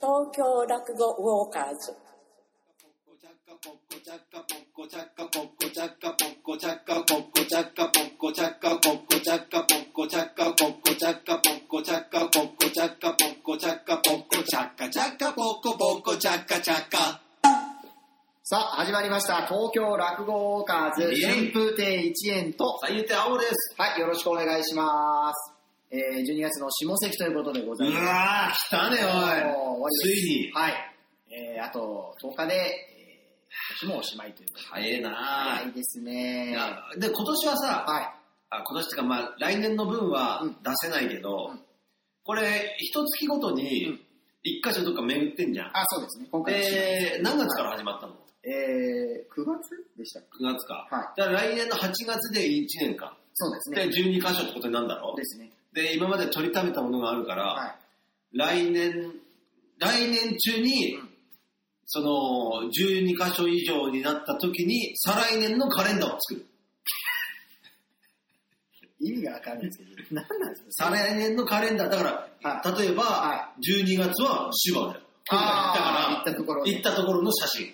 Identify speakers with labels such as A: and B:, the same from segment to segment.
A: 東京落語ウォーカーズ
B: さあ、始まりました。東京落語ウォーカーズ、
C: イエイ
B: 春風亭一円と、
C: 三遊亭青です。
B: はい、よろしくお願いします。えー、12月の下関ということでございます。
C: わー、来たね、
B: もう終わりです
C: ついに
B: はい。えー、あと10日で、えー、今年もおしまいということで。
C: 早いな
B: 早いです
C: ー
B: ね
C: い。やで、今年はさ、
B: はい。
C: あ今年ってか、まあ、来年の分は
B: うん
C: 出せないけど、
B: うん
C: これ、一月ごと
B: う
C: に
B: ん、
C: 一箇所どっか巡ってんじゃん。
B: あ、そうですね。今回の締め、
C: で、何月から始まったの
B: えー、9月でしたっけ
C: ?9 月か。
B: は
C: だから来年の8月で1年か。
B: そうです
C: で、
B: ね。
C: 12箇所ってことになるんだろ
B: そうですね。
C: で、今まで取りためたものがあるから、
B: はい。
C: 来年、来年中に、
B: うん
C: その、12箇所以上になった時に、再来年のカレンダーを作る。
B: 意味がわかんないですけど、何なんですか
C: 再来年のカレンダー、だから、
B: は
C: 例えば、
B: は
C: 12月は手話だよ。今回行ったから、
B: あー行ったところ
C: 行ったところの写真。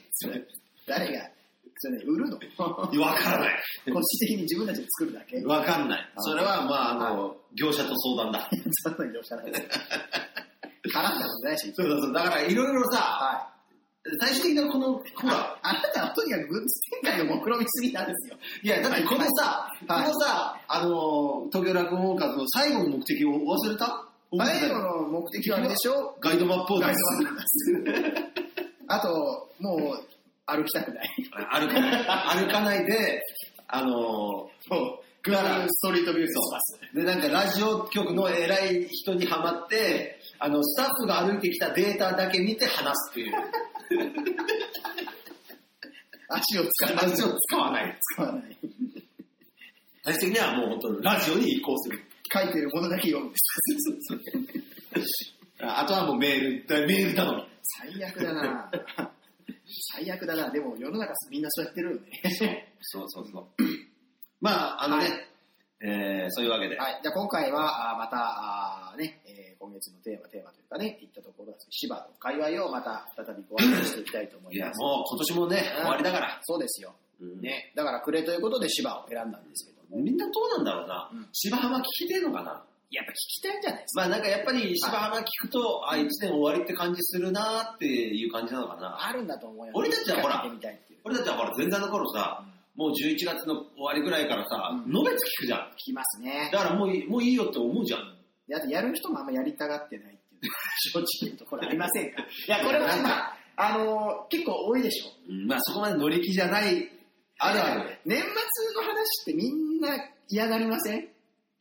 B: 誰が、それ、売るの個
C: わからない。
B: 人的に自分たちで作るだけ
C: わかんない。
B: あー
C: それは、まあ、あの、業者と相談だ。
B: そんなに容赦ないです。絡んだことないし。
C: そうそうそう。だから、いろいろさ、
B: はい。
C: 最終的なこの、ほら、
B: あなたはとにかくグッズ展開を目論みすぎたんですよ。
C: いや、だってこのさ、
B: はい
C: このさ、あのー、東京落語ウォーカーズの最後の目的を忘れた
B: 最後の目的はあれでしょ
C: ガイドマップを出
B: ガイ
C: す。
B: ドマップあと、もう歩きた くない。
C: 歩かない。歩かないで、あの
B: も
C: ー、だから
B: ストリートビュー
C: そうで、なんかラジオ局の偉い人にハマって、あの、スタッフが歩いてきたデータだけ見て話す っていう。
B: 足を使わない。
C: ラジオ使わない。
B: 使わない。
C: 最終的にはもう本当にラジオに移行する。
B: 書いてるものだけ読む。
C: あとはもうメール、だメール頼み。
B: 最悪だな最悪だなでも世の中みんなそうやってるよ ね。
C: そうそうそう。 まあ、あのね、
B: は
C: えーそういうわけで。
B: はい。じゃあ今回は、あーまた、あーね、えー今月のテーマ、テーマというかね、いったところです芝の界隈をまた再びご案内していきたいと思
C: い
B: い
C: や
B: ま、す。
C: もう今年もね、終わりだから。
B: そうですよ。
C: ね、
B: ね。だから、暮れということで芝を選んだんですけども。
C: みんなどうなんだろうな。
B: うん
C: 芝浜聞きてえのかな
B: やっぱ聞きたいんじゃないですか。
C: まあなんかやっぱり芝浜聞くと、あ、1年終わりって感じするなっていう感じなのかな。
B: あるんだと思います。
C: 俺たちはほら
B: 聞かせてみたいっていう
C: 俺たちはほら、前座の頃さ、もう11月の終わりぐらいからさ、
B: うん
C: のべつ聞くじゃん。
B: 聞きますね。
C: だからもういいもういいよって思うじゃん。
B: ややる人もあんまやりたがってないっていう、正直なところありません かいや、これはなんか、あのー結構多いでしょ。
C: うんまあそこまで乗り気じゃない、あるある。。
B: 年末の話ってみんな嫌がりません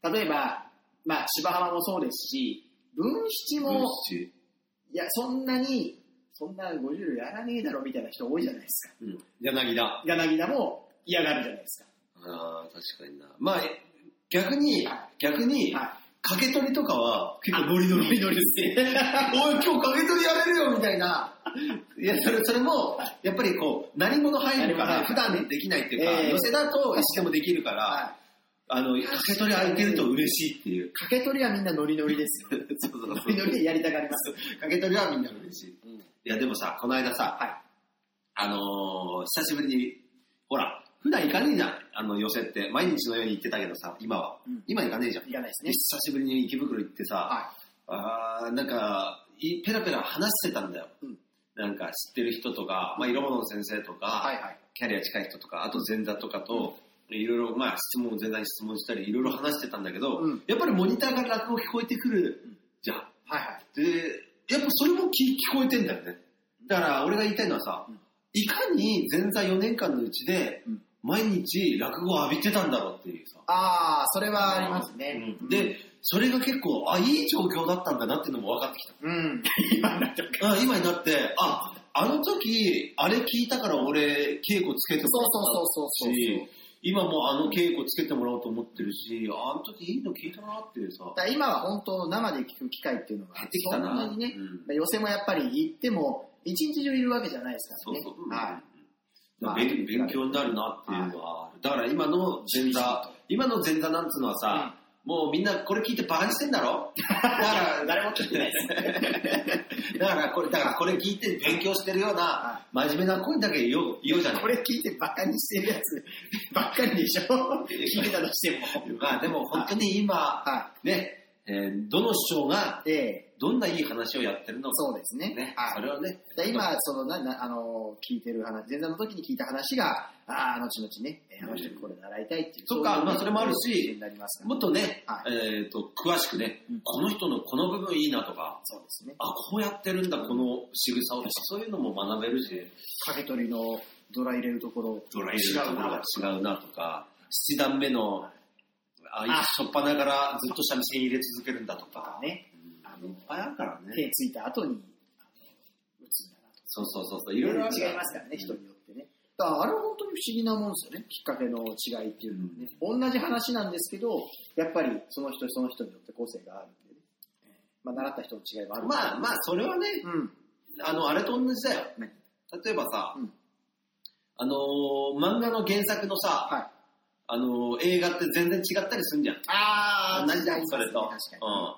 B: 例えば、まあ、芝浜もそうですし、文七も、
C: し
B: いや、そんなに、そんな50両やらねえだろみたいな人多いじゃないですか。
C: うん。柳田。
B: 柳田も嫌がるじゃないです
C: ああ、確かにな。まあ、逆に
B: は、
C: 逆に、
B: か。は
C: 掛け取りとかは、結構ノリノリ。ノリノリですね。おい、今日掛け取りやれるよ、みたいな。いや、それ、それも、やっぱりこう、何者入るか
B: 何
C: ら、
B: 者入
C: 普
B: る
C: 段できないっていうか、
B: ええ
C: 寄せだといつでもできるか
B: い。
C: ら、
B: は
C: あの、掛け取り空いてると嬉しいっていう
B: い。。掛け取りはみんなノリノリですよ。
C: そうそうそう。
B: ノリノリでやりたがります。
C: 掛け取りはみんな嬉しい。い
B: うん
C: や、でもさ、この間さ、
B: はい
C: あのー久しぶりに、ほら、普段行かねえじゃん、あの、寄せって。毎日のように行ってたけどさ、今は。
B: うん
C: 今行かねえじゃん。
B: いかないですね
C: 久。しぶりに池袋行ってさ、
B: は
C: あーなんか、いペラペラ話してたんだよ。
B: うん
C: なんか知ってる人とか、まあ、色物の先生とか、
B: い。はいはい。
C: キャリア近い人とか、あと前座とかと、いろいろ、まあ、質問、前座に質問したり、いろいろ話してたんだけど、
B: うん
C: やっぱりモニターから落語聞こえてくるじゃん。
B: はいはい。
C: で、やっぱそれも聞聞こえてんだよね。だから、俺が言いたいのはさ、
B: うん
C: いかに前座4年間のうちで
B: うん、
C: 毎日落語を浴びてたんだろうっていうさ。
B: ああ、それはありますね。
C: うんで、それが結構、あ、いい状況だったんだなっていうのも分かってきた。
B: うん。
C: うん今になって、あ、あの時、あれ聞いたから俺、稽古つけてもらった
B: そうそうそうそうそう
C: し、今もあの稽古つけてもらおうと思ってるし、ああの時いいの聞いたなっていうさ、
B: だから今は本当生で聞く機会っていうのが
C: 減ってきたな。
B: そんなにね、
C: うん
B: 予選もやっぱり行っても一日中いるわけじゃないですか
C: そ
B: ら
C: う
B: ね
C: そう。
B: は
C: うん
B: まあ
C: 勉勉強になるなっていうのはある。だから今の前座、今の前座なんつうのはさ、もうみんなこれ聞いてバカにしてんだ ろだから誰も聞いてないです。だからこれ、だからこれ聞いて勉強してるような、真面目な声だけ言おう、言おうじゃない
B: こ。れ聞いてバカにしてるやつばっかりでしょ聞いてたとしても。
C: まあでも本当に今、
B: は
C: ね、えーどの市長が
B: い。ええ
C: どんないい話をやってるのか、
B: そうですね。
C: ね
B: はい
C: それをね、
B: だ今、そのななあの聞いてる話、前座の時に聞いた話が、ああ、後々ね、えーあの人にこれ習いたいっていう。
C: そっか
B: ういう
C: まあそれもあるし
B: 気になりますから
C: もっとね、
B: は
C: えっ、と、詳しくね、
B: うん
C: この人のこの部分いいなとか、
B: そうですね。
C: あ、こうやってるんだ、この仕草をとか、そういうのも学べるし、
B: 影取りのドラ入れるところ、
C: ドライブのところが違うなとか、七段目の、あ、
B: あ
C: しょっぱなからずっと三味線入れ続けるんだと
B: とか
C: か、
B: ね、
C: あのいっぱいあるからね。
B: 手ついた後に、あの打つんだなと。
C: そうそうそうそう、い
B: い
C: ろ
B: ろ
C: いろ
B: いろ
C: あ
B: 違
C: る
B: いますからね、人
C: うん
B: によってね。だからあれは本当に不思議なもんですよね、きっかけの違いっていうのはね。同じ話なんですけど、やっぱりその人その人によって個性があるんでね。まあ、習った人の違いもある
C: まあまあ、それはね、
B: あ、うん。
C: あの、あれと同じだよ。
B: ね
C: 例えばさ、
B: うん
C: あのー漫画の原作のさ、
B: はい。
C: あのー映画って全然違ったりすんじゃん。
B: あ
C: 同じだよ、それと。
B: 確か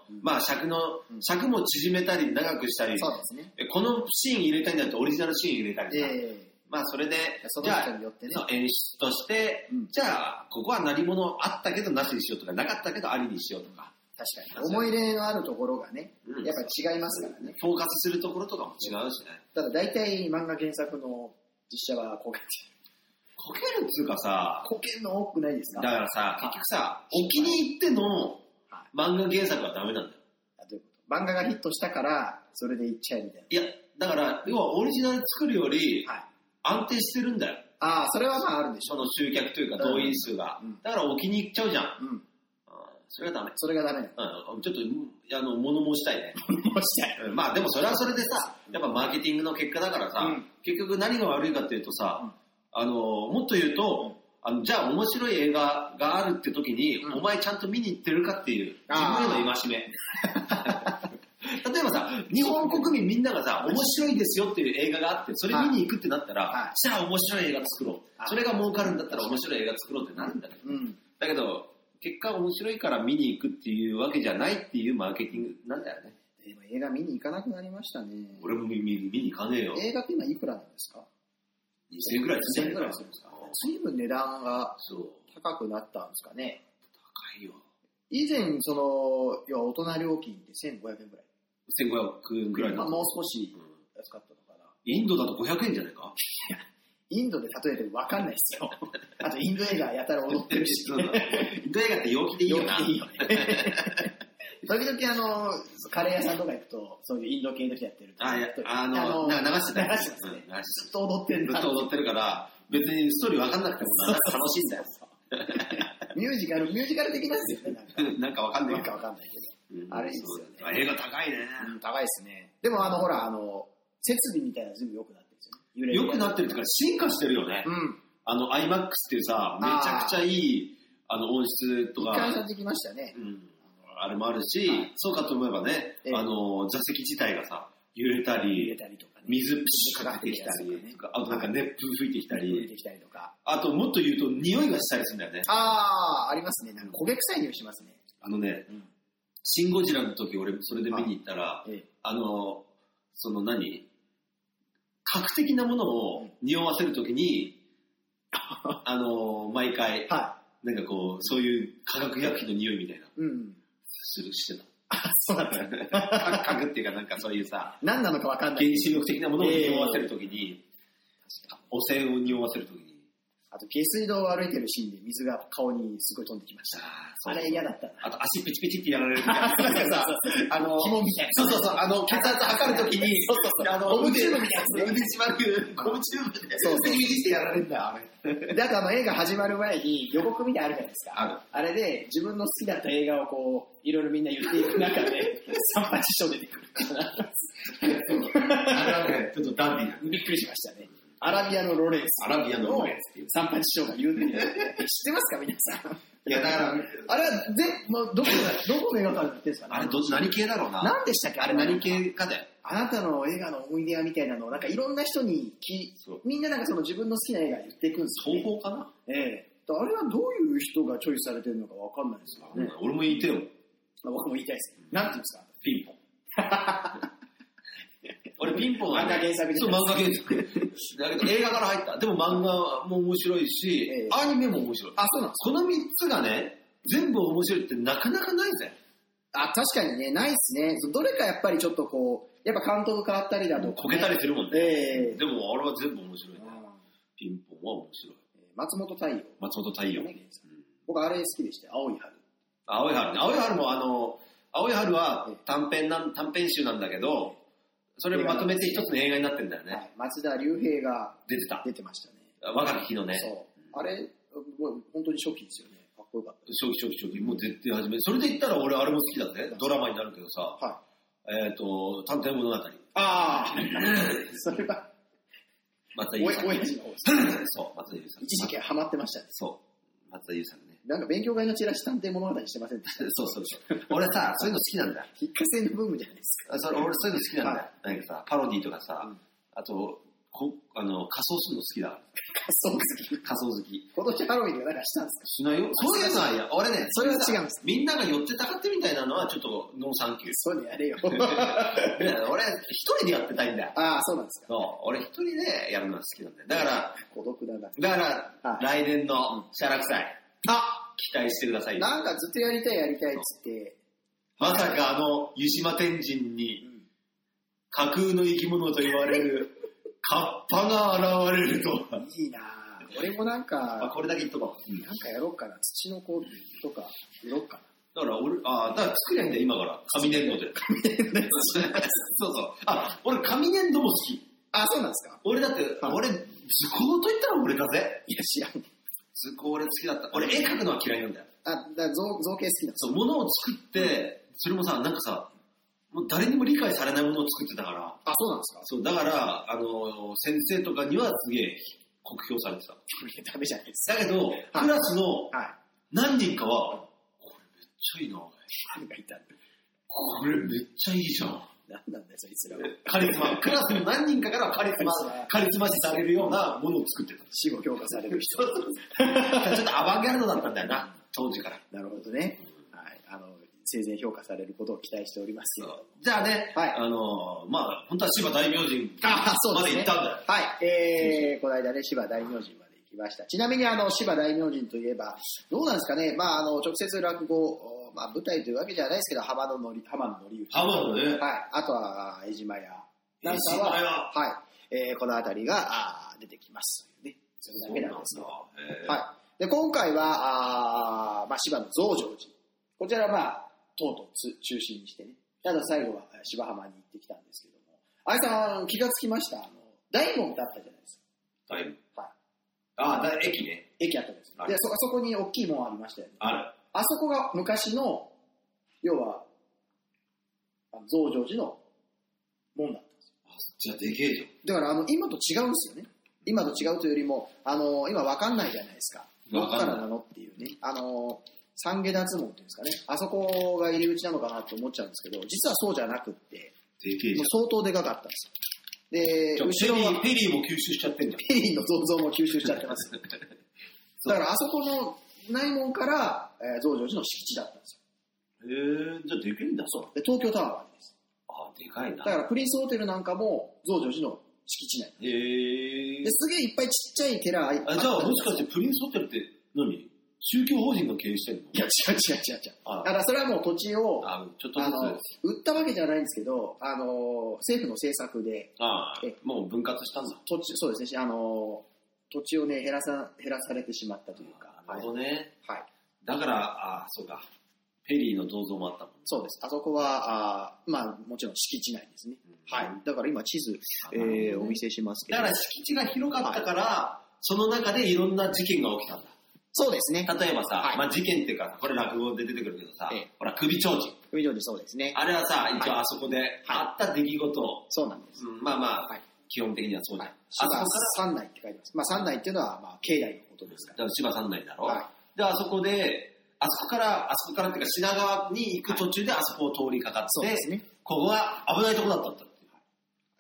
B: に。
C: うんまあ、尺の、
B: うん
C: 尺も縮めたり、長くしたり、
B: そうですね。
C: えこのシーン入れたいんだってオリジナルシーン入れたりさ、
B: え
C: まあ、それで
B: え、そ
C: じ
B: の
C: ゃあ
B: 人によってね
C: そ。う演出として、
B: うん
C: じゃあ、ここは何物あったけどなしにしようとか、なかったけどありにしようとか、
B: 確かに。思い入れのあるところがね、
C: うん
B: やっぱ違いますからね。
C: フォーカスするところとかも違うしね。
B: ただ大体漫画原作の実写はこけて
C: こけるっつうかさ、
B: こけるの多くないです
C: だ
B: か
C: からさ、結局さ、お気に入っての漫画原作はダメなんだよ。
B: あどういうこと漫画がヒットしたから、それでいっちゃえみたい
C: いや、だから、要はオリジナル作るより
B: な。はい。
C: 安定してるんだよ。
B: ああ、それはまああるでしょ。
C: その集客というか
B: うん
C: 動員数が
B: うん。
C: だからお気に入っちゃうじゃん。
B: うん。
C: うんそれはダメ。
B: それがダメなの。
C: うん、ちょっと、うんあの、物申したいね。
B: もしたい。
C: うん まあでもそれはそれでさ、やっぱマーケティングの結果だからさ、
B: うん
C: 結局何が悪いかっていうとさ、あの、もっと言うと、あのじゃあ面白い映画があるって時に、
B: うん
C: お前ちゃんと見に行ってるかっていう、自
B: あー
C: 分への戒め。 例えばさ、日本国民みんながさ、面白いですよっていう映画があって、それ見に行くってなったら、
B: はい
C: じゃあ面白い映画作ろう
B: は。い
C: それが儲かるんだったら面白い映画作ろうってなるんだけど。
B: うん。
C: だけど、結果面白いから見に行くっていうわけじゃないっていうマーケティングなんだよね。
B: でも映画見に行かなくなりましたね。
C: 俺も見見見に行かねえよ。
B: 映画って今いくらなんですか
C: 2000円ぐらい
B: 2000円ぐらいするんですか随分値段が
C: そう。
B: 高くなったんですかね。
C: 高いよ。
B: 以前、その、要は大人料金で1500円ぐらい。
C: 1500円ぐらい
B: ま
C: だ
B: あ、もう少し
C: うん
B: 安かったのかな。
C: インドだと500円じゃないか
B: インドで例えても分かんないです よ。あとインド映画やたら踊ってるし。
C: インド映画って陽気でいいよな。
B: 陽気でいいよ時々あの、カレー屋さんとか行くと、そういうインド系の人やってると。
C: あ、いやあの、なんか流してた
B: 流してます
C: うん
B: ね。
C: 流して
B: ずっと踊って
C: た
B: る
C: ずっと踊ってるから、別にストーリーわかんなくてもな 楽しいんだよ。
B: ミュージカル、ミュージカル的なんですよね、なんか。
C: なんかわかんな
B: ないん
C: け
B: か
C: ど
B: わかんないけど。
C: うん
B: あれいいですよね
C: そう映画高いね。
B: うん、高いですね。でもあの、ほら、あの、設備みたいなの全部良くなってるんですよね。揺れ
C: 良くなってるっていう
B: か
C: か、進化してるよね。
B: うん。
C: あの、IMAX っていうさ、めちゃくちゃいい、あの、音質と
B: 一
C: か。
B: 回さできましたね。
C: うんあれもあるし、そうかと思えばね、
B: ええ
C: あの、座席自体がさ、揺れた
B: 揺れ
C: り、
B: たりとかね。
C: 水プシュかけてきたり、とかあとなんか熱風吹いてきた
B: 揺れ
C: り、
B: てきたりとか。
C: あともっと言うと匂いがしたりするんだよね。
B: あー、ありますね。なんか焦げ臭い匂いしますね。
C: あのね、
B: うん。
C: シンゴジラの時俺それで見に行ったら、
B: ええ
C: あの、その何核的なものを匂わせる時 に、あの、毎回、
B: は
C: なんかこう、そういう化学薬品の匂いみたいな、
B: い。うん。
C: するしてた。
B: そうなんですね
C: 家具 っていうかなんかそういうさ、
B: 何なのかわかんない。
C: 原子力的なものを匂わせるときに、汚染を匂わせるときに。
B: あと、下水道を歩いてるシーンで水が顔にすごい飛んできました。あれ嫌だ ったな。
C: あと足ペチペチってやられるみたいな。
B: そうそうそう
C: あの、
B: 紐みたいな。
C: そうそうそう、あの、血圧測るときに、
B: そうそうそう
C: あの、
B: ゴムチューブみたいなや
C: 腕しまる、ゴムチューブで、
B: そうそう
C: ビリビリしてやられるんだよ、あれ。
B: だからあの映画始まる前に予告みたいなのあるじゃないですか。
C: ある
B: れで自分の好きだった映画をこう、いろいろみんな言っていく中で、 三八師匠出てくる
C: あれはね、ちょっとダンディーな。
B: びっくりしましたね。アラビアのロレンス。
C: アラビアのロレンスっていう
B: 三八師匠が言うっていう。知ってますか皆さん。
C: いや、だから、
B: あれは全、もうどこだ、どこの映画館で言ってるんですかね
C: あれどっち、何系だろうな。
B: 何でしたっけ
C: あれ何系かだよ。
B: あなたの映画の思い出やみたいなのを、なんかいろんな人に聞い
C: そう
B: みんななんかその自分の好きな映画言っていくんですよ、
C: 東
B: ね。
C: 宝かな
B: ええあれはどういう人がチョイスされてるのかわかんないですよね。
C: 俺も言ってよ。
B: まあ僕も言いたいです。なんていうんですか
C: ピン ポン。俺ピンポンは
B: 漫画
C: ね、
B: 原作みた
C: そ、
B: いう
C: 漫
B: な。
C: 画原作。だけど映画から入った。でも漫画も面白いし
B: ええ、
C: アニメも面白い。
B: あ、そうなんです
C: この3つがね、全部面白いってなかなかないぜ。
B: あ、確かにね、ないですね。そうどれかやっぱりちょっとこう、やっぱ監督変わったりだと、
C: こけたりするもんね。
B: ええ
C: でもあれは全部面白いね
B: う。ん
C: ピンポンは面白い。
B: 松本太陽。
C: 松本太陽。
B: ね原作僕あれ好きでして、青い春。
C: 青い春ね。青い春もあの、青い春は
B: ええ
C: 短編なん、短編集なんだけど、それまとめて一つの映画になってんだよ
B: は
C: ね。
B: い、松田龍平が
C: 出てた。
B: 出てましたね。
C: 若き日のね。
B: そう。あれ、もう本当に初期ですよね。かっこよかっ
C: 初期初期初期、もう絶対始め。それで言ったら俺あれも好きだね。ドラマになるけどさ、
B: た。はい。
C: えっ、と、探偵物語。
B: ああ それは、
C: 松田
B: お
C: 優
B: や
C: さん。
B: 親父の方ですね。
C: そう、松田優さん。
B: 一時期ハマってましたね。
C: そう、松田優さんね。
B: なんか勉強会のチラシ探偵物語してませんでした。
C: そうそうそう。俺さ、そういうの好きなんだ。
B: 一過性のブームじゃないですか。
C: それ俺そういうの好きなんだよ。なんかさ、パロディとかさ、
B: うん
C: あと、こあの仮装するの好き だ。
B: そうですね。
C: 仮装好き。
B: 今年ハロウィンでなんかしたんですか
C: しないよ。そういうのはいや、俺ね、それはさ
B: 違うんです
C: みんなが寄ってたかってるみたいなのはちょっとノーサンキュ
B: そういうのやれよ。
C: ー。ね俺、一人でやってたいんだよ。
B: ああ、そうなんですか。
C: そう、俺一人でやるのは好きなんだよ。だから、
B: 孤独だな。
C: だから、
B: は
C: 来年のシャラク祭、
B: あ
C: 期待してくださいよ。
B: なんかずっとやりたいやりたいっつって、
C: まさかあの、湯島天神に
B: うん
C: 架空の生き物と言われ るカッパが現れるとは。
B: いいなあ俺もなん
C: まあ
B: か、
C: これだけ言っとこう。
B: なんかやろうかな。土の子とか、売ろうか
C: だから俺、あだから作れんだよ、今から。紙粘土で。そう そう。あ、俺紙粘土も好き。
B: な。あ、そうなんですか
C: 俺だって、
B: はい
C: 俺、図工と言ったら俺だぜ。
B: いや、知らん。
C: 図工俺好きだった。俺絵描くのは嫌いなんだよ。
B: あ、だ造造形好きなんです
C: そう、物を作って、それもさ、なんかさ、もう誰にも理解されないものを作ってたから、
B: あ、そうなんですか
C: そう、だから、あの、先生とかにはすげえ酷評されてた。
B: いや、ダメじゃないです。
C: だけど、クラスの
B: は
C: 何人かは、これめっちゃいいな、
B: い。なんかいたんだ。
C: これめっちゃいいじゃん。
B: なんなんだよ、そいつらは。
C: カリス マ、クラスの何人かからカリスマ、カリスマ視されるようなものを作ってた。
B: 死後評価される 人。
C: ちょっとアバンギャルドだったんだよな、当時から。
B: なるほどね。はい。あの、生前評価されることを期待しておりますけれども。
C: じゃあね、
B: はい
C: あの、まあ、本当は芝大名人
B: あそうです
C: まで行
B: ね
C: ったんだよ。
B: はい、えー、この間ね、芝大名人まで行きました。ちなみに、あの、芝大名人といえば、どうなんですかね、まあ、あの、直接落語、おまあ、舞台というわけじゃないですけど、浜野のり、浜野のり
C: ハマーね。
B: はい、あとは、江島屋。なんか
C: 江島屋
B: は、はい、えー、この辺りが、あー出てきますというね。それだけなんですよ。
C: は
B: はい。で、今回は、あーまあ、芝の増上寺。こちらは、まあ、とうとうつ中心にしてね。ただ最後はえー芝浜に行ってきたんですけども。あいさん、気がつきましたあの、大門ってあったじゃないですか。
C: い。はい。
B: は
C: あ、だ駅ね。
B: い。駅あったんですよ
C: は。い
B: で、そ、あそこに大きい門ありましたよね。
C: ある。
B: あそこが昔の、要は、あの増上寺の門だったんです
C: じ
B: よ。
C: ゃあでけえじゃん。
B: だから、あの、今と違うんですよね。今と違うというよりも、あの、今わかんないじゃないですか。どっ
C: わ
B: か
C: かんな
B: ら
C: い
B: なのっていうね。あの、三下脱毛っていうんですかね。あそこが入り口なのかなと思っちゃうんですけど、実はそうじゃなくって、
C: でけえ
B: もう相当でかかったんです
C: じゃ
B: よ。
C: ん。
B: で、後ろは
C: ペリーペリーも吸収しちゃってんじゃん。
B: ペリーの像像も吸収しちゃって ます。だから、あそこの内門から、えー増上寺の敷地だったんですよ。
C: へえ、じゃあでけえんだ。そう。
B: で、東京タワーまでです。
C: あ、でかい
B: だ
C: な。
B: から、プリンスホテルなんかも増上寺の敷地内。
C: へえ
B: で。すげえいっぱいちっちゃい寺あ
C: あじゃあもしかしてプリンスホテルって何宗教法人が経営してんの
B: いや、違う違う違う違う。
C: あ
B: だからそれはもう土地を、あ
C: あ、ちょっとずつ。
B: の、売ったわけじゃないんですけど、あの、政府の政策で、
C: ああ
B: え
C: もう分割したんだ。
B: 土地、そうですね、あの、土地をね、減らさ、減らされてしまったというか、
C: な
B: は
C: る
B: い
C: ほ。どね。
B: はい
C: だから、あそうか。ペリーの銅像もあったもんね。
B: そうです。あそこは、あーまあ、もちろん敷地内ですね。はい。だから今地図、えーお見せしますけ
C: だ
B: ど
C: か。ら敷地が広かったから、その中でいろんな事件が起きたんだ。
B: そうですね。
C: 例えばさ、
B: はい
C: まあ事件っていうか、これ落語で出てくるけどさ、
B: ええ
C: ほら、首長事。
B: 海上でそうですね。
C: あれはさ、一応あそこであった出来事を、
B: そうなんです。
C: うんまあまあ、
B: はい
C: 基本的にはそうだ。あそ
B: 芝
C: こから、
B: 三内って書いてます。まあ、三内っていうのは、まあ、境内のことですか
C: だから千葉三内だろ。
B: ら。はい。
C: で、あそこで、あそこから、あそこからっていうか品川に行く途中であそこを通りかか
B: そう
C: っ
B: で
C: て、
B: すね。
C: ここは危ないとこだったんだって。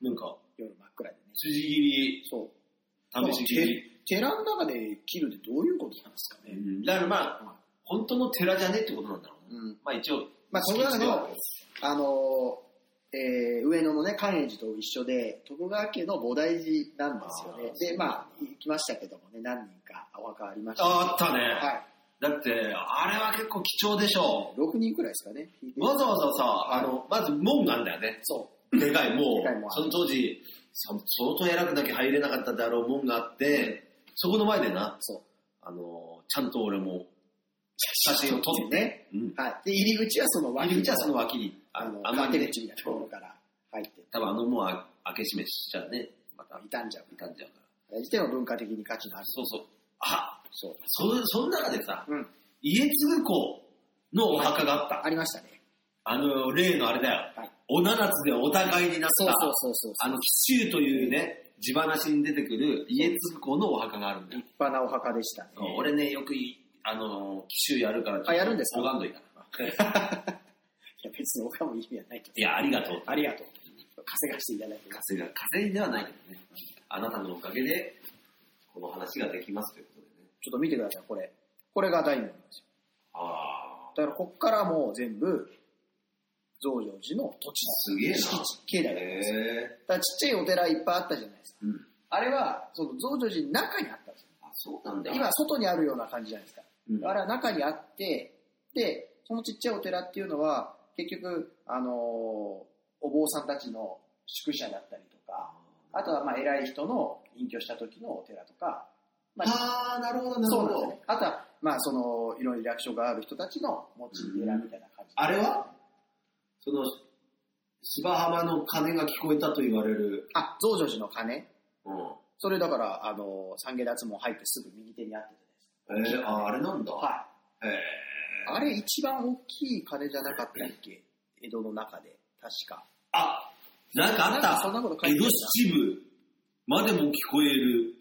C: なんか、
B: 夜真っ暗でね。
C: 筋切り、
B: そう。
C: 試し切り、
B: 寺の中で切るってどういうことなんですかね。
C: だからまあ、本当の寺じゃねってことなんだろうね。
B: うん
C: まあ一応、
B: まあ、その中
C: 敷地
B: でも
C: は
B: あのえー上野のね、寛永寺と一緒で、徳川家の菩提寺なんですよね
C: あ。ー
B: で、まあ、行きましたけどもね、何人かお墓ありましたけど。
C: ああったね。
B: は
C: だって、あれは結構貴重でしょ
B: い。6人くらいですかね。
C: う。わざわざさ、
B: はい
C: あの、まず門があんだよね。
B: そ
C: でかい、も
B: でかい門
C: う、その当時、そ相当偉くなきゃ入れなかったであろう門があって、そこの前で
B: う、
C: な、
B: そう。
C: あの、ちゃんと俺も写真を撮って、
B: ね。
C: うん。
B: はい。で、入り口はその
C: 入り口はその
B: 脇
C: 脇に、
B: あ
C: あの、
B: の、
C: あんまり
B: 手
C: ね
B: 口みたいなところから入って、
C: 多分あの門は開け閉めしちゃうね、また
B: 傷んじゃう。
C: 傷んじゃうから。
B: 自体は文化的に価値のある。
C: そうそう。あ、
B: そう。
C: そ、その中でさ、
B: うん。
C: 家継公のお墓があった。
B: ありましたね。
C: あの、例のあれだよ。
B: はい。
C: お七つでお互いになった、
B: そうそうそうそう。
C: あの、紀州というね、地話に出てくる家継公のお墓があるんだよ
B: 立。派なお墓でしたね。
C: そう俺ね、よくい、あの、紀州やるから、
B: あやるんですか
C: 拝んどいた。
B: いや、別におかも意味はないけど
C: いや、ありがとう。
B: ありがとう。稼がしていただいてます。
C: 稼いだ稼いではないけどね。あなたのおかげで、この話ができますということでね。
B: ちょっと見てください、これ。これがダイニングなんですよ。
C: ああ、
B: だから、こっからもう全部、増上寺の土地
C: すげえな。
B: 地、境内だから
C: へ
B: ですよ。
C: え。
B: だからちっちゃいお寺いっぱいあったじゃないですか。
C: うん。
B: あれは、その増上寺の中にあったんですよ。
C: あ、そうなんだ。
B: 今、外にあるような感じじゃないですか。
C: うん、
B: あれは中にあって、で、そのちっちゃいお寺っていうのは、結局、あのーお坊さんたちの宿舎だったりとか、あとはまあ偉い人の隠居した時のお寺とか、まあ、
C: あー、なるほど、なる
B: そ
C: ほ
B: うなんですよ
C: ど。
B: ね。あとは、まあ、その、いろいろ役所がある人たちの持ち寺みたいな感じ。
C: あれはその、芝浜の鐘が聞こえたと言われる。
B: あ、増上寺の鐘。
C: うん。
B: それだから、あのー三下脱毛入ってすぐ右手にあってた
C: えー、あー、あれなんだ。
B: じゃないですか。はい。
C: え
B: あれ一番大きい鐘じゃなかったっけ江戸の中で。確か。
C: あ、なんかあっ
B: そん
C: た。
B: なこと書い
C: 江戸
B: てた。
C: 七部までも聞こえる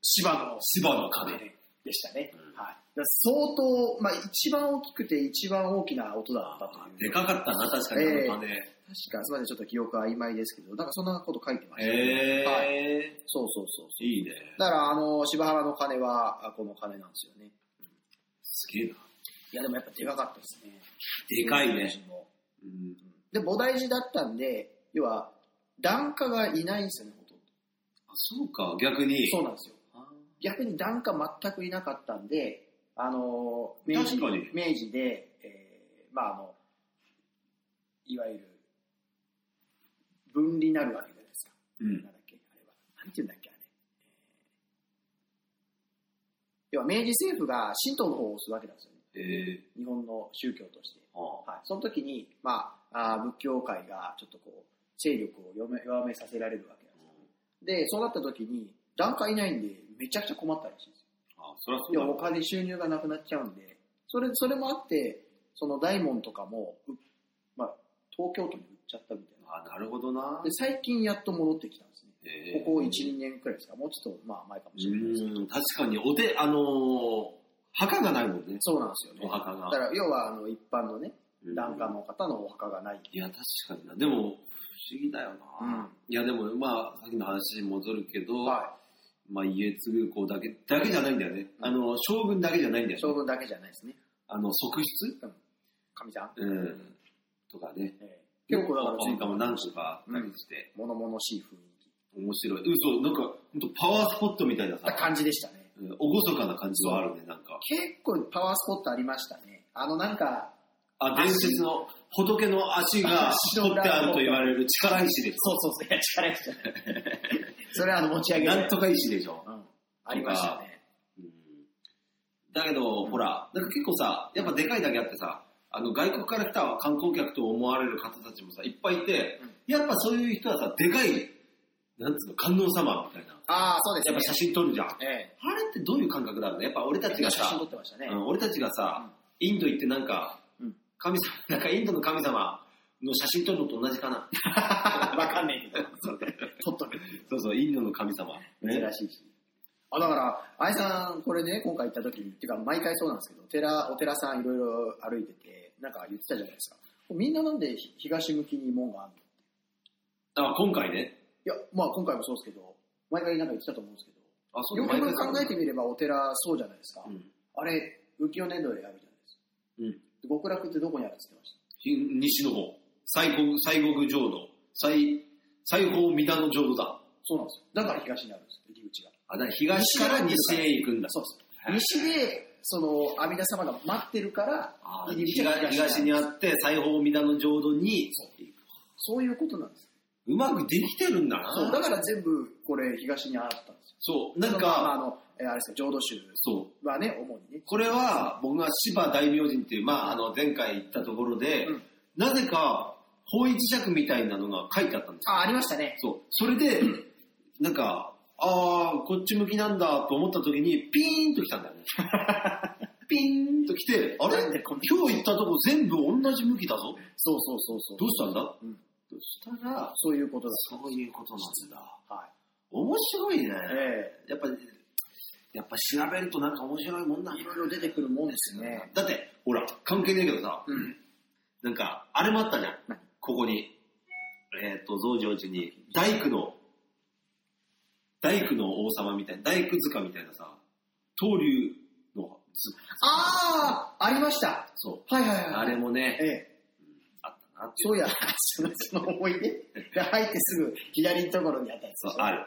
B: 芝の
C: 芝の鐘。
B: でしたね。
C: うん
B: はい。だから相当、まあ一番大きくて一番大きな音だったという。
C: でかかったな、確かにあの鐘。
B: 確か、すみません、ちょっと記憶曖昧ですけど、なんかそんなこと書いてまし
C: え
B: た、
C: ー
B: はい。そうそうそうそう。
C: いいね。
B: だから、あの、芝原の鐘は、あこの鐘なんですよね。
C: すげえな。
B: いや、でもやっぱでかかったですね。
C: でかいね。。
B: うん、で、菩提寺だったんで、要は、檀家がいないんですよね、ほとんど。
C: あそうか、逆に。
B: そうなんですよ。
C: あ
B: 逆に檀家全くいなかったんで、あの明治
C: 確かに
B: 明治で、えーまああの、いわゆる分離になるわけじゃないですか。
C: ーう
B: なん
C: ん。
B: だっけ、あれは。なんていうんだっけ、あれ。えー要は明治政府が神道の方を押すわけなんですよね。
C: えー、
B: 日本の宗教として。
C: あ
B: はい、その時に、まあ、あー仏教界がちょっとこう、勢力を弱め弱めさせられるわけなんですよ。で、そうなった時に、檀家いないんで、めちゃくちゃ困ったらしいんですよ。
C: あ、そりゃそ
B: いうや、
C: だ
B: お金収入がなくなっちゃうんで、それ、それもあって、その大門とかも、うまあ、東京都に売っちゃったみたい
C: あ、なるほどな
B: な。で、。最近やっと戻ってきたんですね。
C: えー
B: ここ1、2年くらいですか。もうちょっと、まあ、前かもしれないですけど。
C: うん、確かに、お手、あのー墓がないもんね。
B: そうなんですよね。
C: お墓が
B: だから、要は、あの、一般のね、
C: うん
B: 檀家の方のお墓がない。
C: いや、確かにな。でも、不思議だよな。いや、でも、まあ、さっきの話に戻るけど、
B: は
C: まあ、家継公だけ、だけじゃないんだよね。
B: うん
C: あの、将軍だけじゃないんだ
B: い。将
C: よね。
B: 軍だけじゃないですね。
C: あの、側室
B: 神さん。
C: うん。とかね。
B: ええ結構だから、
C: なんかも何個かあったりして、
B: 物々しい雰囲気。
C: 面白い。嘘、なんか、ほんとパワースポットみたいな
B: な
C: さ、
B: 感じでしたね。
C: うん厳かな感じはあるね、なんか。
B: 結構パワースポットありましたね。あのなんか、
C: あ、伝説の仏の足が
B: 足の
C: 取
B: 裏
C: ってあると言われる力石でし
B: そうそうそう、いや力石じゃない。それはあの持ち上
C: ょ。
B: げ
C: なんと
B: か、
C: か石でしょ。
B: うん、ありましたね。
C: うんだけど、ほら、なんか結構さ、やっぱでかいだけあってさ、あの外国から来た観光客と思われる方たちもさ、いっぱいいて、
B: うん
C: やっぱそういう人はさ、でかい、なんつうの、観音様みたいな。
B: ああ、そうです
C: やっ
B: ね。
C: ぱ写真撮るじゃん。あ
B: ええ。
C: れってどういう感覚なんだやっぱ俺たちが
B: 写真
C: さ
B: 撮、ってましたね。
C: うん俺たちがさ、インド行ってなんか
B: うん、
C: 神様、なんかインドの神様の写真撮るのと同じかな。
B: わかんないけど。撮っとく。
C: そうそう、インドの神様。ね
B: 珍しいし。あ、だから、愛さん、これね、今回行った時に、っていうか毎回そうなんですけど、寺、お寺さんいろいろ歩いてて、なんか言ってたじゃないですか。みんななんでひ東向きに門があるの
C: あ今回ね、
B: いや、まあ今回もそうですけど、毎回なんか言ってたと思うんですけど、
C: あ、そう
B: よくよく考え
C: み
B: てみればお寺そうじゃないですか。
C: うん
B: あれ、浮世年度でやるじゃないですか。
C: うん
B: で極楽ってどこにあるって言ってました
C: 新西の方、西国、西国浄土、西、西方三田の浄土だ。
B: そうなんですよ。だから東にあるんですよ、入り口が。
C: あ、だから東から西へ行くんだ。
B: そうです。西で、その、阿弥陀様が待ってるから
C: あ、
B: 入り口が
C: 東東にあ
B: る。
C: って、西方三田の浄土に行く。
B: そういうことなんです。
C: うまくできてるんだ
B: そう、
C: な。
B: だから全部、これ、東にあったんですよ。
C: そう、なん
B: まあまあ、あ
C: か、
B: の、えーあれですよ、浄土宗
C: そう、
B: はね、主にね。
C: これは僕が芝大明神っていう、まあ、あの前回行ったところで、
B: うん
C: なぜか方位磁石みたいなのが書いてあったんですよ
B: あ、ありましたね。
C: そうそれでなんかああこっち向きなんだと思った時にピーンと来たんだ よねピーンと来てあれ
B: なんでこんな
C: 今日行ったとこ全部同じ向きだぞ
B: そうそうそうそう。
C: どうしたんだ
B: うん
C: そしたら
B: そういうことだ。
C: そういうことなんだ
B: は
C: 面白いね
B: い。え
C: やっぱやっぱ調べるとなんか面白いもんな
B: えいろいろ出てくるもんですね。
C: だってほら関係ねえけどさ
B: うん。
C: なんか、あれもあったじゃん
B: 何。
C: ここに。えっ、と、増上寺に、大工の、大工の王様みたいな、大工塚みたいなさ、東流の図、
B: ああありました。
C: そ
B: はいはいは
C: う。
B: い。
C: あれもね
B: え、え。
C: あったなっていう。
B: そういや、そのその思い出が入ってすぐ左のところにあったやつでし
C: そう
B: ょ
C: ある。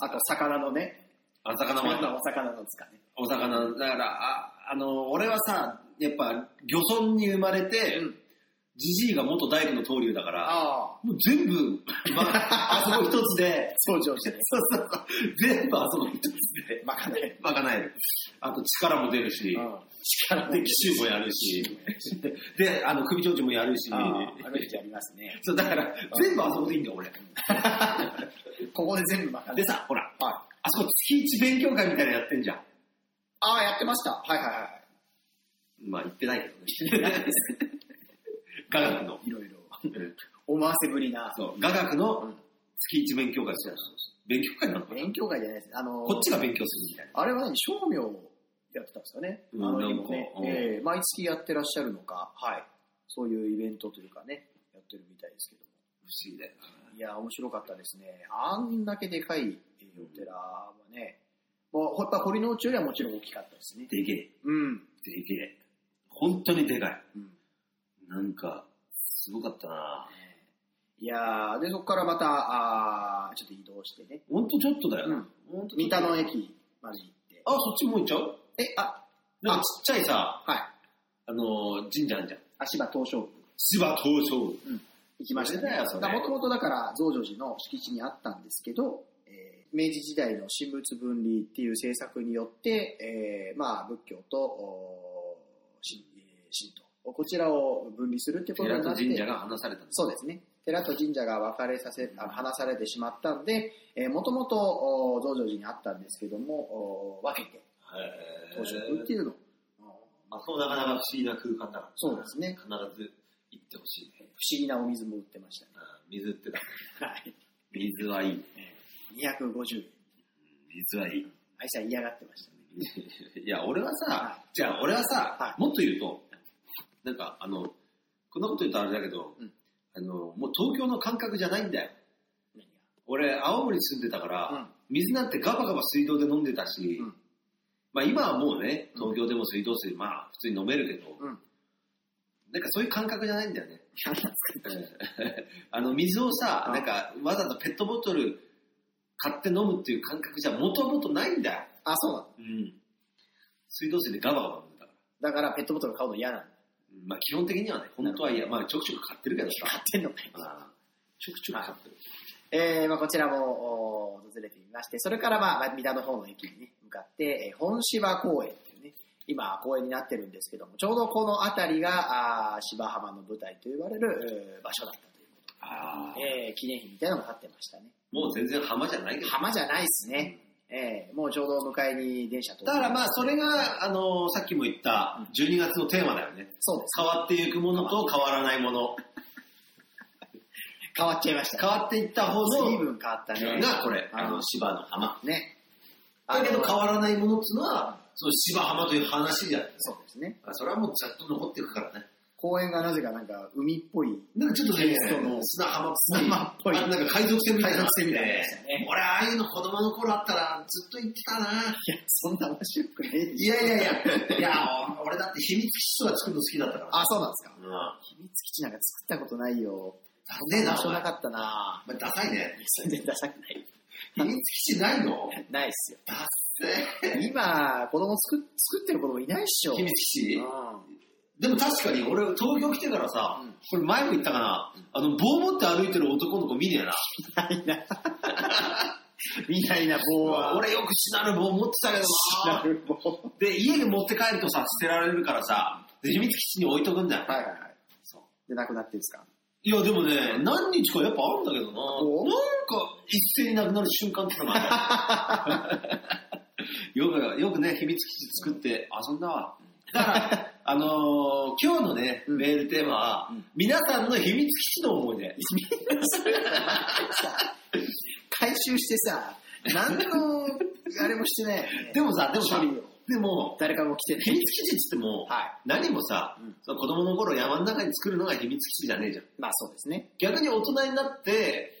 B: あと、魚のね、
C: あ、魚もあった。
B: お魚のつかね。
C: お魚、だから、あ、あの、俺はさ、やっぱ、漁村に生まれて、じじいが元大工の東流だから、
B: ああ、
C: もう全部、まあ、あそこ一つで、
B: 掃除をしてね。
C: そうそうそう、全部あそこ一つで、
B: まかない。
C: まかないる。あと力も出るし、
B: 力
C: で、奇襲もやるし、で、あの、首ちょうちんもやるし、
B: ああ、ある時ありますね。
C: そう、だから、全部あそこでいいんだよ、俺。
B: ここで全部まかな
C: で
B: い。
C: さ、ほら、
B: はい
C: あそこ月一勉強会みたいなのやってんじゃん。
B: ああ、やってました。はいはいは
C: まあ、言ってないけどね。雅楽の。
B: い。いろいろ。思わせぶりな。
C: そう、雅楽
B: う
C: の
B: ん
C: 月一勉強会してたの勉強会なのかな
B: 勉強会じゃないです。あの、
C: こっちが勉強するみたいな。
B: あれは何商名をやってたんですかね。
C: うん
B: あの今ね
C: なんかうん
B: ええ毎月やってらっしゃるのか、はい。そういうイベントというかね、やってるみたいですけども。
C: 不思議だよな。
B: いや、面白かったですね。あんだけでかいえーお寺はね、もうやっぱ堀の内よりはもちろん大きかったですね。
C: でけえ、
B: うん。
C: でけえ。本当にでかい。
B: うん
C: なんか、すごかったな
B: ねいやーで、そこからまた、あーちょっと移動してね、
C: ほんとちょっとだよ
B: うん
C: な。ほんとちょ
B: 三
C: っと
B: 田の駅まで行って。
C: あ、そっちもう行っちゃう
B: え、あ、
C: なんかちっちゃいさ、
B: はい。
C: あのー、神社あんじゃん。
B: 足場東照宮
C: 芝東照宮。
B: 行きましたね。
C: それだよそれ
B: もともとだから、増上寺の敷地にあったんですけど、えー明治時代の神仏分離っていう政策によって、えーまあ、仏教と、おー神えー神道。こちらを分離するってこと
C: 寺
B: にな
C: と
B: って、
C: 神社が離されたんです。
B: そうですね。寺と神社が分かれさせ、あの離されてしまったんで、えー、もともとお増上寺にあったんですけども、お分けて、
C: へ
B: 東照宮っていうのを、
C: あ、そう、なかなか不思議な空間だから。
B: そうですね
C: 必ず行ってほしいね。
B: 不思議なお水も売ってましたね。
C: あ水ってだ。
B: はい。
C: 水はいい。
B: 250円。
C: 水はいい。
B: あいつは嫌がってましたね。
C: いや、俺は
B: は
C: さ、じゃあ俺は
B: は
C: さ、もっと言うと、なんかあの、こんなこと言うとあれだけど
B: うん、
C: あの、もう東京の感覚じゃないんだよ。俺、青森住んでたから、
B: うん
C: 水なんてガバガバ水道で飲んでたし、
B: うん
C: まあ今はもうね、東京でも水道水、まあ普通に飲めるけど、
B: うん
C: なんかそういう感覚じゃないんだよね。あの水をさ、
B: うん
C: なんかわざとペットボトル買って飲むっていう感覚じゃもともとないんだよ。
B: あ、そうなの
C: 水道水でガバガバ飲んだから。
B: だからペットボトル買うの嫌なの。
C: うんまあ基本的にはね、本当は嫌、まあちょくちょく買ってるけど
B: 買
C: さ
B: っ。てんのかい。
C: あーちょくちょく買ってる。
B: えーまあ、こちらもお訪れてみまして、それから、まあ、三田の方の駅に、ね、向かって、えー本芝公園っていうね、今、公園になってるんですけども、ちょうどこの辺りが、あー芝浜の舞台と言われる、えー場所だったというこ
C: あ
B: とで、えー記念碑みたいなのが立ってましたね。
C: ーもう全然浜じゃないけど。
B: 浜じゃないですね。えーもうちょうど迎えに電車通って
C: だからまあそれが、あのさっきも言った12月のテーマだよね。
B: そうです。
C: 変わっていくものと変わらないもの。
B: 変わっちゃいました。
C: 変わっていった方
B: 随
C: の
B: 分変わったね。
C: がこれ、
B: あー
C: あの芝の浜。
B: ね。
C: だけど変
B: わ
C: わらないものっていうのは、その芝浜という話じゃないですか。
B: そうですね。
C: それはもうずっと残っていくからね。
B: 公園がなぜかなんか海っぽい、
C: なんかちょっとね、
B: その
C: 砂浜っぽい。
B: 砂浜っぽい
C: あなんか海賊船みたいな。
B: 海賊船みたいなやつだね
C: 俺、ああいうの子供の頃あったらずっと行ってたな。
B: そんな面白くねえ
C: いやいやい や、いや、俺だって秘密基地とか作るの好きだったから。
B: あ、そうなんですか。
C: うん。だ
B: 秘密基地なんか作ったことないよ。
C: ねえな、
B: 場所
C: お
B: な
C: 前
B: かったな
C: お前ダサいね。
B: 全然出したくない。
C: 秘密基地ないの
B: ないっすよ。
C: ダッセ
B: 今、子供作っ作ってる子供いないっしょ。
C: ー秘密基地
B: うん
C: でも確かに俺東京来てからさ、
B: うん
C: これ前も言ったかな、あの棒持って歩いてる男の子見ねえな。
B: ないな。 見ないな、棒は。
C: 俺よくしなる棒持ってたけど
B: な
C: な。
B: る棒。
C: で、家に持って帰るとさ、捨てられるからさ、で秘密基地に置いとくんだよ。
B: はいはいはい。で、なくなってるんですか
C: いや、でもね、何日かやっぱあるんだけどな。
B: お
C: なんか、一斉になくなる瞬間ってのが あるよく、よくね、秘密基地作って遊んだわ。だから、あのー今日のね、メールテーマは、
B: うん
C: 皆さんの秘密基地の思い 出。
B: 回収してさ、何の、あれもしてないよね。
C: でもさ、でもさ
B: 処理を、
C: でも、
B: 誰からも来てな
C: 秘
B: い
C: 密。基地っつっても、
B: は
C: 何もさ、
B: うん
C: その子供の頃山の中に作るのが秘密基地じゃねえじゃん。
B: まあそうですね。
C: 逆に大人になって、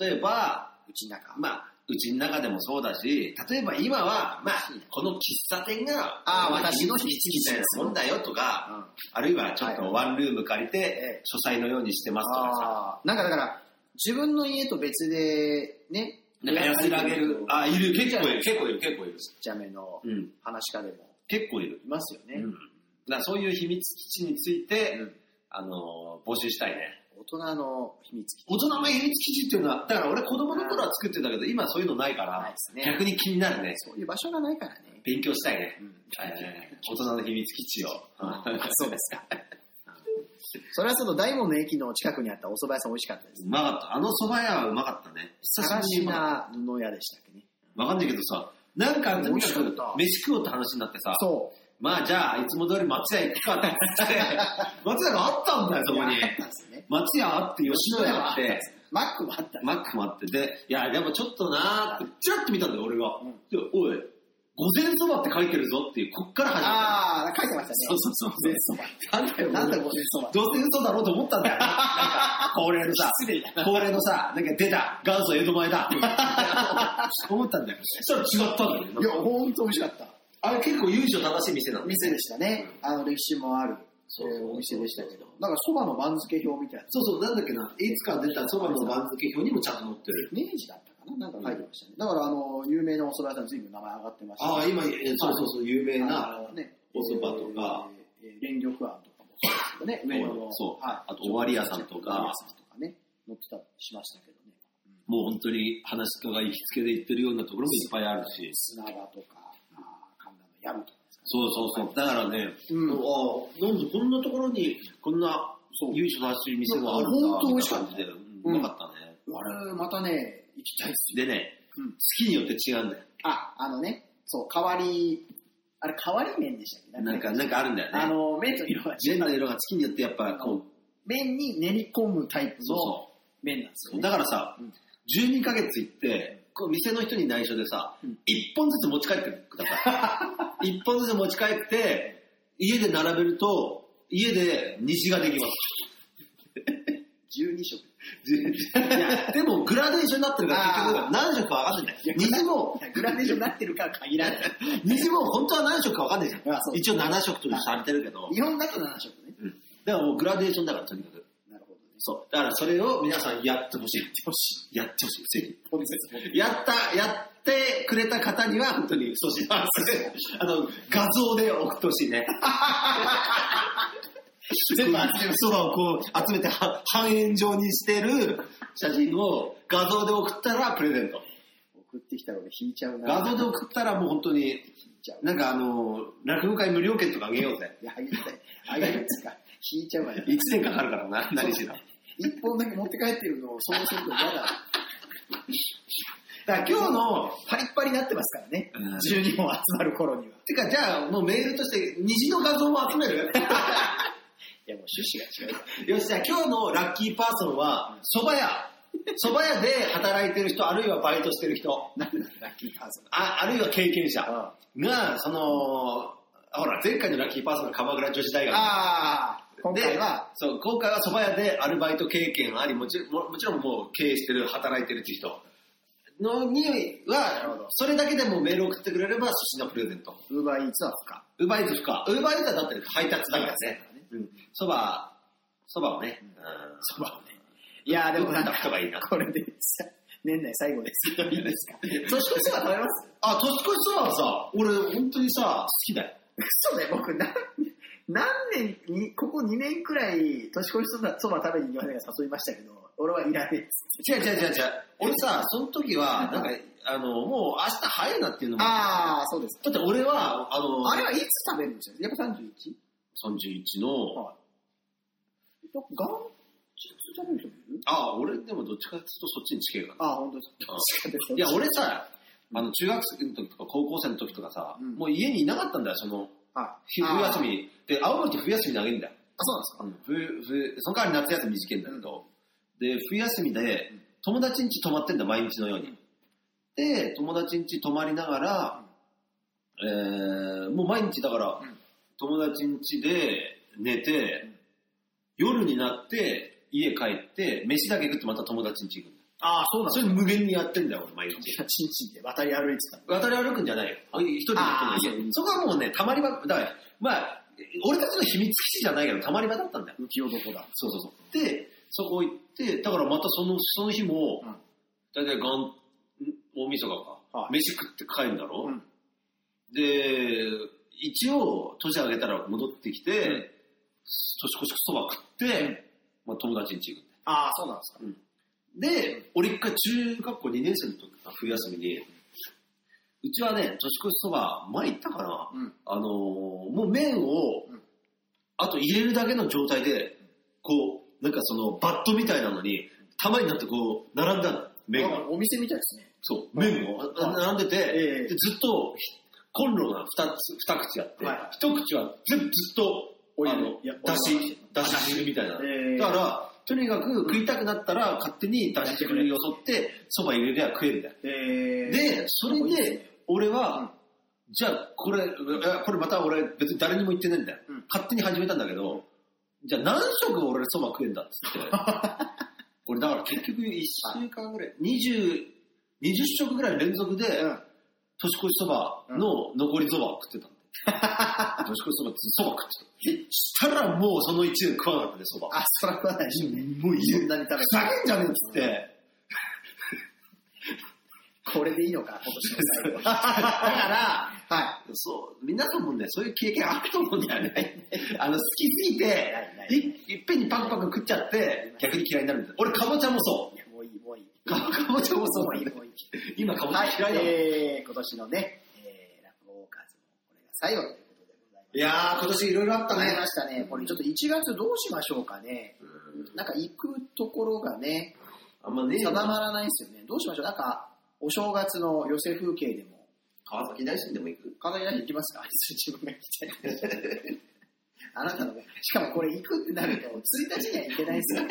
C: 例えば、
B: うちの中。
C: まあ、うちの中でもそうだし、例えば今は、まあ、この喫茶店が、
B: あー
C: ま
B: 私の
C: 秘密基地みたいなもんだよとか、
B: うん
C: あるいはちょっ
B: は
C: と
B: い
C: ワンルーム借り
B: え
C: て
B: え、
C: 書斎のようにしてますとかさ、
B: あーなんかだから、自分の家と別で、ね、
C: なんか安らげる。あ、いる、結構いる、結構いる、結構いる。
B: ちっちゃめの
C: うん、
B: 話し家でも
C: 結構いる。
B: いますよね。
C: うん、だからそういう秘密基地について、
B: うん
C: あのー、募集したいね。
B: 大人の秘密基地。
C: 大人の秘密基地っていうのは、だから俺子供の頃は作ってたけど、今そういうのないか
B: ない
C: ら
B: で、すね
C: 逆に気になるね。
B: そういう場所がないからね。
C: 勉強したいね
B: う。ん
C: えー大人の秘密基地を。
B: そうですか。それはその大門の駅の近くにあったお蕎麦屋さん美味しかったです。
C: うまかった。あの蕎麦屋はうまかったね。
B: さらし
C: うまかっ
B: な布屋でしたっけね。
C: たわかんないけどさ、なんか、とにか
B: 美味しかった
C: く飯食おうって話になってさ、
B: そ
C: まあじゃあ、いつも通り松屋行くかって言って、 松屋があったんだよ、
B: う。
C: そこに
B: い。やあったんですね。
C: 松屋あって、吉野家あって、
B: マックもあったんです
C: マックもあって、で、いや、でもちょっとなーって、ちらっと見たんだよ、俺が
B: うん。
C: でおい、午前そばって書いてるぞっていう、こっから始まった。
B: ああ、書いてましたね。
C: そうそうそう。なんだよ、
B: なんだ
C: 俺
B: ごめんそば。
C: どうせ嘘だろうと思った んだよ。なんか恒例のさ、恒例のさ、なんか出た、元祖江戸前だ。思ったんだよ。そしたら違ったんだ
B: いや、
C: よ。
B: ほんと美味しかった。
C: あれ結構優勝正しい店なの。
B: 店でしたね。あの、歴史もある、
C: そうそう
B: えーお店でしたけど。なんか蕎麦の番付表みたいな。
C: そうそう、なんだっけな、いつか出たそばの番付表にもちゃんと載ってる。
B: 明治だったかななんか書いてましたね。だから、あの、有名なお蕎麦屋さん随分名前上がってましたね、
C: ああ、今、えそうそうそう、有名
B: あ
C: な
B: のね、
C: お蕎麦とか、
B: えー、えー連玉庵とかもそうですけどね、上野の。
C: そう
B: はい、
C: あと尾張屋さんとか
B: 尾張屋さんとかね、乗ってたりしましたけどね。
C: もう本当に話し家が行きつけで行ってるようなところもいっぱいあるし。
B: 砂場とか、あー神田の山とかですかね。
C: そうそうそう。だからね、
B: うん
C: ああ、なんでこんなところに、こんな
B: そう
C: 優勝正しい店があるんだ。
B: 本当美味しかった
C: みいな感じで
B: うん
C: うまかったね。
B: あれ、またね、行きたいっすよ。
C: でね、
B: うん
C: 月によって違うんだよ。
B: あ、あのね、そう、変わり、あれ、変わり麺でしたっけ
C: なんか、なんかあるんだ
B: あ
C: よね。
B: の、麺の色が違う
C: ジェンダーの色が月によってやっぱこう、
B: 麺に練り込むタイプ
C: そう
B: の
C: そ
B: 麺なんです
C: う。
B: よ、ね。
C: だからさ
B: うん、
C: 12ヶ月行って、こう店の人に内緒でさ
B: うん、
C: 1本ずつ持ち帰ってくださ い。1本ずつ持ち帰って、家で並べると、家で虹ができます。
B: 12色。
C: いやでもグラデーションになってるから結
B: あ
C: 局何色か分かんない
B: いや
C: 虹も
B: グラデーションになってるから限ら ない。
C: 虹も本当は何色か分かんないじゃん
B: あそう
C: 一応7色としてされてるけど
B: 日本だと7色ね。
C: うんだからもうグラデーションだからとにかく
B: なるほどね。
C: そうだからそれを皆さんやってほしいやってほしいぜひ
B: 本日も
C: やったやってくれた方には本当にそうします あの画像で送ってほしいね 全部集めそばをこう集めては半円状にしてる写真を画像で送ったらプレゼント
B: 送ってきたら俺引いちゃうな。
C: 画像で送ったらもう本当に、
B: 引いちゃう。
C: なんかあの、落語会無料券とかあげようぜ。
B: いや、あげたい。あげるんですか。引いちゃうわよ。
C: 1年かかるからな、何しろ。
B: 一本だけ持って帰ってるのを想像すると嫌だ。
C: だから今日の、
B: パリッパリになってますからね。
C: うん
B: 12本集まる頃には。
C: てかじゃあもうメールとして虹の画像も集める
B: いや、もう趣旨が違う。
C: よし、じゃあ今日のラッキーパーソンは、蕎麦屋。蕎麦屋で働いてる人、あるいはバイトしてる人、
B: なんだ、ラッキーパーソン。
C: ああるいは経験者
B: あ
C: が、その、ほら、前回のラッキーパーソンが鎌倉女子大学。
B: あ今回は、
C: そう、今回は蕎麦屋でアルバイト経験あり、もちろん、ももちろんもう経営してる、働いてるっていう人のに
B: なるほど
C: は、それだけでもメール送ってくれれば寿司のプレゼント。
B: ウーバーイーツは不可。
C: ウーバーイーツ不可。ウーバーイーツはだって配達だからね。うん。蕎麦、蕎麦をね。
B: そばをね。いやーでもなんか
C: どこがいいな
B: これでさ、年内最後ですけど、いいですか
C: 年越しそば食べます あ、年越しそばはさ、俺本当にさ、好きだよ。
B: 嘘で僕何、何年に、ここ2年くらい年越しそばそば食べに行きませんが誘いましたけど、俺はいらねえっつって
C: 違う違う違う違う。俺さ、その時は、なんか、あの、もう明日早いなっていうのも。
B: ああ、そうです。
C: だって俺は、あの、
B: あれはいつ食べるんですよやっぱ 31?
C: 31の、
B: はい。よく元日食べる人もいる
C: あ、俺でもどっちかっていうとそっちに近いか
B: ああ、本当です
C: あ
B: か。
C: な。いや、俺さ、あの、中学生の時とか高校生の時とかさ、
B: うん
C: もう家にいなかったんだよ、その、
B: あ、
C: 冬
B: あー
C: 休み。で、青森って冬休み長いんだよ。
B: あ、そうなんですか。
C: あの冬、冬、その代わり夏休み短いんだけど、で、冬休みで、友達ん家泊まってんだ、毎日のように。で、友達ん家泊まりながら、えー、もう毎日だから
B: ん、
C: 友達ん家で寝て、夜になって、家帰って、飯だけ食ってまた友達ん家行くんだ。
B: ああ、そうなん
C: それ無限にやってんだよ、俺、毎日。
B: か。チンチンで渡り歩いてた。
C: 渡り歩くんじゃないよ。あ一人で行くの
B: あー
C: 家。そこはもうね、たまり場、だから、まあ、俺たちの秘密基地じゃないけど、たまり場だったんだよ。
B: 浮世床だ。
C: そうそうそう。で、そこ行って、だからまたその、その日も、
B: うん
C: だいたい元、ん大晦日か、
B: はい
C: 飯食って帰るんだろ、
B: うん
C: で、一応、年明けたら戻ってきて、
B: ん
C: 年越しそば食って、まあ、友達ん家行く。
B: ああ、そうなんですか。
C: で、俺一回中学校2年生の時かな冬休みに、うちはね、年越しそば、前行ったかな、
B: うん
C: あのーもう麺を、
B: うん
C: あと入れるだけの状態で、こう、なんかそのバットみたいなのに、束になってこう、並んだの、麺が。
B: あお店みたいですね。
C: そう、麺をあ
B: うん
C: 並んでて、
B: ええ
C: でずっと、ひコンロが2つ、二口あって、
B: はい
C: 一口はずずっと、
B: お湯で
C: あの
B: いや、
C: だ
B: お湯
C: し、だし汁みたいな。
B: ええ
C: だから、とにかく食いたくなったら勝手にだし汁によそって、そば入れりゃ食えるんだよ。
B: えー、
C: で、それで、俺は、じゃあこれ、えこれまた俺別に誰にも言ってないんだよ
B: うん。
C: 勝手に始めたんだけど、じゃあ何食俺そば食えんだっつ って。俺だから結局1週間ぐらい、20、20食ぐらい連続で、
B: うん
C: 年越しそばの残りそばを食ってたん だよ年越しそばってそば食ってた。したらもうその1年食わなかったね、そば。
B: あ、そら食わないでしょうね。
C: もう
B: そんなに食べ
C: ふざけんじゃねえっつって。
B: これでいいのか、今年の最後。だから、は
C: そう、皆さんもね、そういう経験あると思うんだよ ね。あの、好きすぎて
B: ないない、
C: いいっぺんにパクパク食っちゃって、逆に嫌いになるんだよ。俺、かぼちゃもそ
B: い。いやもういい、もういい。
C: う。かかぼちゃもそう
B: もう
C: ないん
B: い、
C: だよ
B: もういい。
C: 今、かぼち
B: はい、
C: ゃ嫌いだもん。
B: えー、今年のね、えー、落語ウォーカーズもこれが最後ということでございます。
C: いやー、今年いろいろあった
B: あり
C: ね。
B: ましたね。これちょっと1月どうしましょうかね。なんか行くところがね、
C: あんまねえよ
B: 定まらないですよね。どうしましょう。なんか、お正月の寄せ風景でも、
C: 川崎大臣でも行く
B: 川崎大臣行きますか 自分が行きたい。あなたのね、しかもこれ行くってなると、1日には行けないですよ。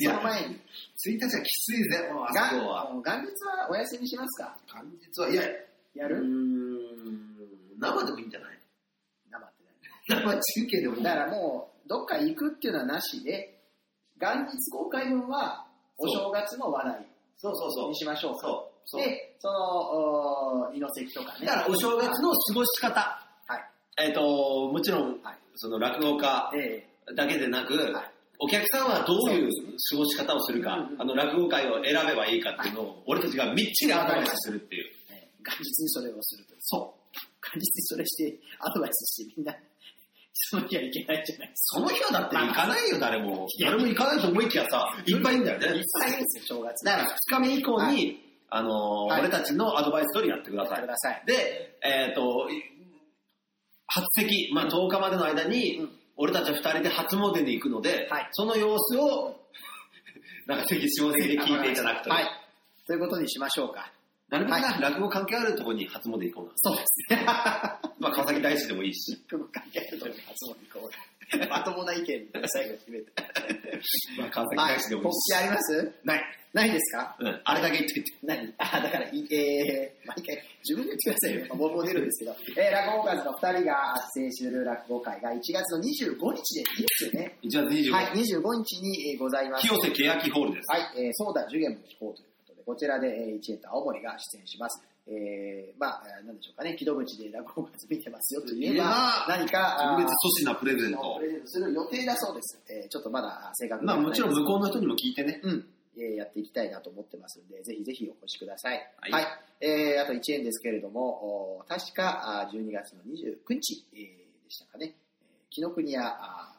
C: いや
B: その前に。
C: ?1 日はきついぜ、もう、あそこ
B: が
C: は。
B: もう元日はお休みしますか
C: 元日は、いや、
B: や
C: うー
B: る
C: ん、生でもいいんじゃない
B: 生ってね
C: 生中継でもいい。
B: だからもう、どっか行くっていうのはなしで、元日公開分は、お正月の話題
C: そうそうそう
B: に。しましょうか。
C: そう。そう
B: で、その、おー猪関とかね。
C: だから、お正月の過ごし方。
B: はい。
C: えっ、と、もちろん、
B: はい
C: その落語家
B: え
C: だけでなく、
B: はい
C: お客さんはどういう
B: そう
C: 過ごし方をするか、
B: うんうん
C: あの落語会を選べばいいかっていうのを、俺たちがみっちりアドバイスするっていう。
B: え元日にそれをすると。そう。元日にそれして、アドバイスしてみんな、 その日はいけないじゃないですか。
C: その日はだって行かないよ、誰も。
B: いや
C: 誰も行かないと思いきやさ、いっぱいいんだよ
B: い
C: ね
B: っ。ぱいいるんですよ、正月。
C: だから、2日目以降に、
B: は
C: あのー
B: はい
C: 俺たちのアドバイス通りやってくだ
B: やっ
C: さ
B: て
C: い
B: く。ださい。
C: で、えっ、と、初席、まあ、10日までの間に、
B: うん
C: 俺たちは2人で初詣に行くので、
B: はい
C: その様子を、 なんか、席下席で聞いていただくという。
B: はい。ということにしましょうか。
C: なるべくな
B: は
C: 落語関係あるところに初詣行こうな。
B: そうですね。
C: まあ、川崎大師でもいいし。
B: よく考えると初詣行こう。まともな意見で最後決めて。
C: まあ、川崎
B: はい、
C: 大使でもいい
B: 告知
C: し。
B: あります
C: ない。
B: ないですか
C: うん。あれだけ言っといて。
B: 何 あ、だから、いえー、毎回、自分で言ってください よ。もうもう出るんですけど、えー、落語家ズの2人が出演する落語会が1月の25日でいいですよね。
C: 1月25
B: はい、
C: 日、
B: 25日にえーございます。
C: 清瀬欅ホールです。
B: はい、えー、ソーダ受験も聞こうということで、こちらで、えー、一円と青森が出演します。えー、まあ、えーなんでしょうかね、木戸口で落語活見てますよといえば、
C: いえば
B: 何か、あ
C: 特
B: ー
C: 別粗品プレゼント
B: プ。レゼントする予定だそうです。えー、ちょっとまだ正確
C: まあ、もちろん
B: 向
C: 向
B: こ
C: こうの人にも聞いてね。
B: う、うん、えーやっていきたいなと思ってますんで、ぜひぜひお越しください。は。
C: はいい
B: えー、あと1円ですけれども、お確かあー12月の29日、えーでしたかね、えー紀ノ国屋あ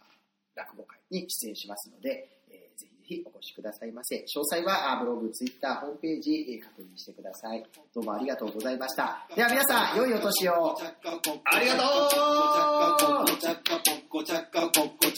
B: ー落語会に出演しますので、えーぜひぜひお越しくださいませ。詳細はあーブログ、ツイッター、ホームページ、えー確認してください。どうもありがとうございました。では皆さん、良いお年を。
D: ありがとう